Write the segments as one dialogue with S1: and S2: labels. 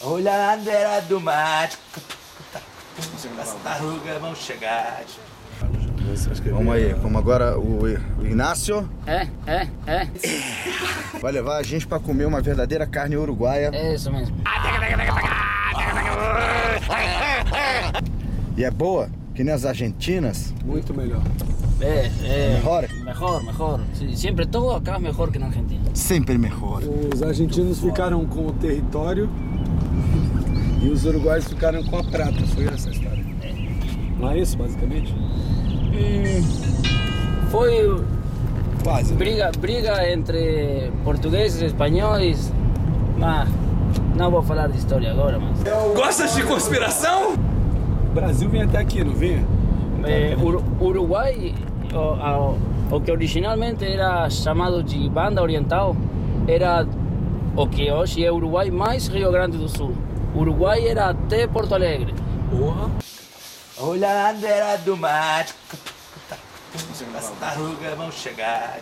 S1: Olha a beira do mar. As tartarugas vão chegar.
S2: Vamos aí, vamos agora o o Ignacio
S3: É, é, é.
S2: vai levar a gente pra comer uma verdadeira carne uruguaia.
S3: É isso mesmo.
S2: E é boa, que nem as argentinas.
S4: Muito melhor.
S3: É, é.
S2: Mejor.
S3: eh, Mejor, mejor. Sí, siempre todo acá es mejor que en Argentina.
S2: Sempre melhor.
S4: Os argentinos ficaram com o território e os uruguaios ficaram com a prata. Foi essa a história. Não é isso, basicamente?
S3: Foi
S4: Quase. né?
S3: briga, briga entre portugueses e espanhóis, mas não vou falar de história agora, mas...
S1: Gostas de conspiração?
S4: O Brasil vinha até aqui, não vinha?
S3: É, Eh, Ur- Uruguai, o, a- o que originalmente era chamado de Banda Oriental, era o que hoje é Uruguai mais Rio Grande do Sul. Uruguai era até Porto Alegre.
S4: Porra.
S1: Olha a beira do mar. As tartarugas vão chegar.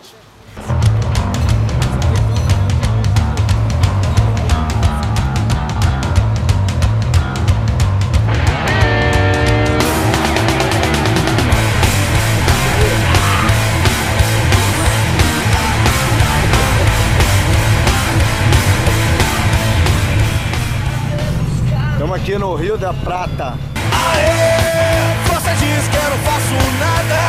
S2: Estamos aqui no Rio da Prata.
S5: Você diz que eu não faço nada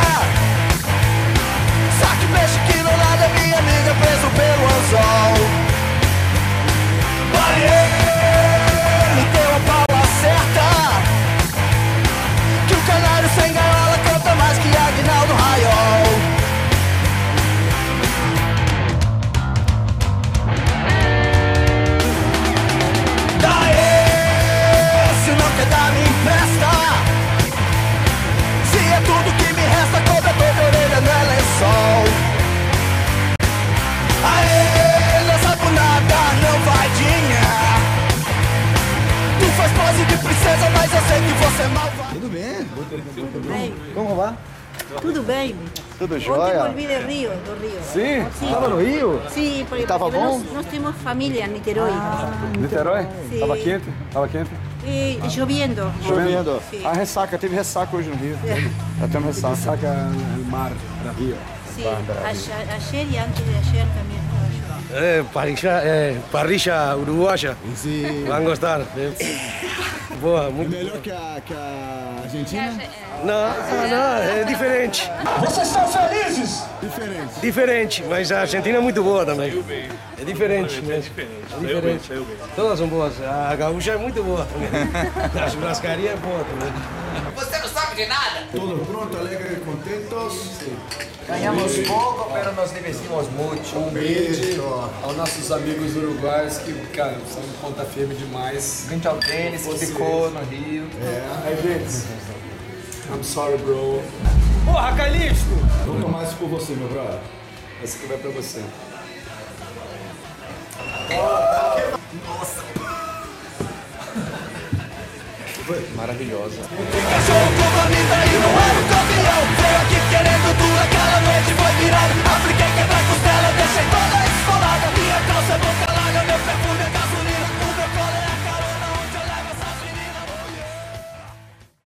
S5: Saque peixe que não nada Minha amiga preso pelo anzol Olha, Me deu a bala certa Que o canário sem gaiola Canta mais que Aguinaldo Raiol Daê, se não quer dar me empresta se é tudo que me resta, cobra toda a orelha, não é lençol. Aê, não sabe nada, não vai dinheiro. Tu faz pose de princesa, mas eu sei que você é malvada.
S2: Tudo bem?
S6: Bem,
S2: Como vai?
S6: tudo bem.
S2: Tudo
S6: Ontem
S2: jóia?
S6: volvi de Rio, do Rio.
S4: Sim?
S6: Sim,
S2: Tava no Rio?
S6: Sim, porque,
S2: Tava
S6: porque
S2: bom?
S6: Nós, nós temos família em Niterói.
S4: Ah. Niterói?
S6: Sim.
S4: Tava quente? Tava quente?
S6: E chovendo.
S2: Chovendo.
S6: Sim.
S2: Ah, ressaca, teve ressaca hoje no Rio. Já temos ressaca.
S4: Saca o Tá mar pra rio.
S6: Sim, ayer, ayer e antes de ayer também estava chovendo.
S7: É, parrilla, é, parrilla uruguaia. Vão gostar. é. Boa, muito.
S2: Melhor que a, que a Argentina?
S7: Não, não, é diferente.
S5: Vocês estão felizes?
S2: Diferente.
S7: Diferente, mas a Argentina é muito boa também. É diferente mesmo. É diferente. Todas são boas. A gaúcha é muito boa também. A churrascaria é boa também.
S2: Tudo pronto, alegre e contentos.
S8: Ganhamos pouco, mas nos divertimos muito.
S4: Um beijo aos nossos amigos uruguaios que, cara, são ponta firme demais.
S8: Vinte ao tênis, que ficou no Rio.
S4: Aí, Vince. I'm sorry, bro.
S8: Porra, Calixto!
S2: Vou tomar isso por você, meu brother.
S4: Essa aqui vai pra você.
S5: Cachorro com comida e não era o campeão. Veio aqui querendo tudo aquela noite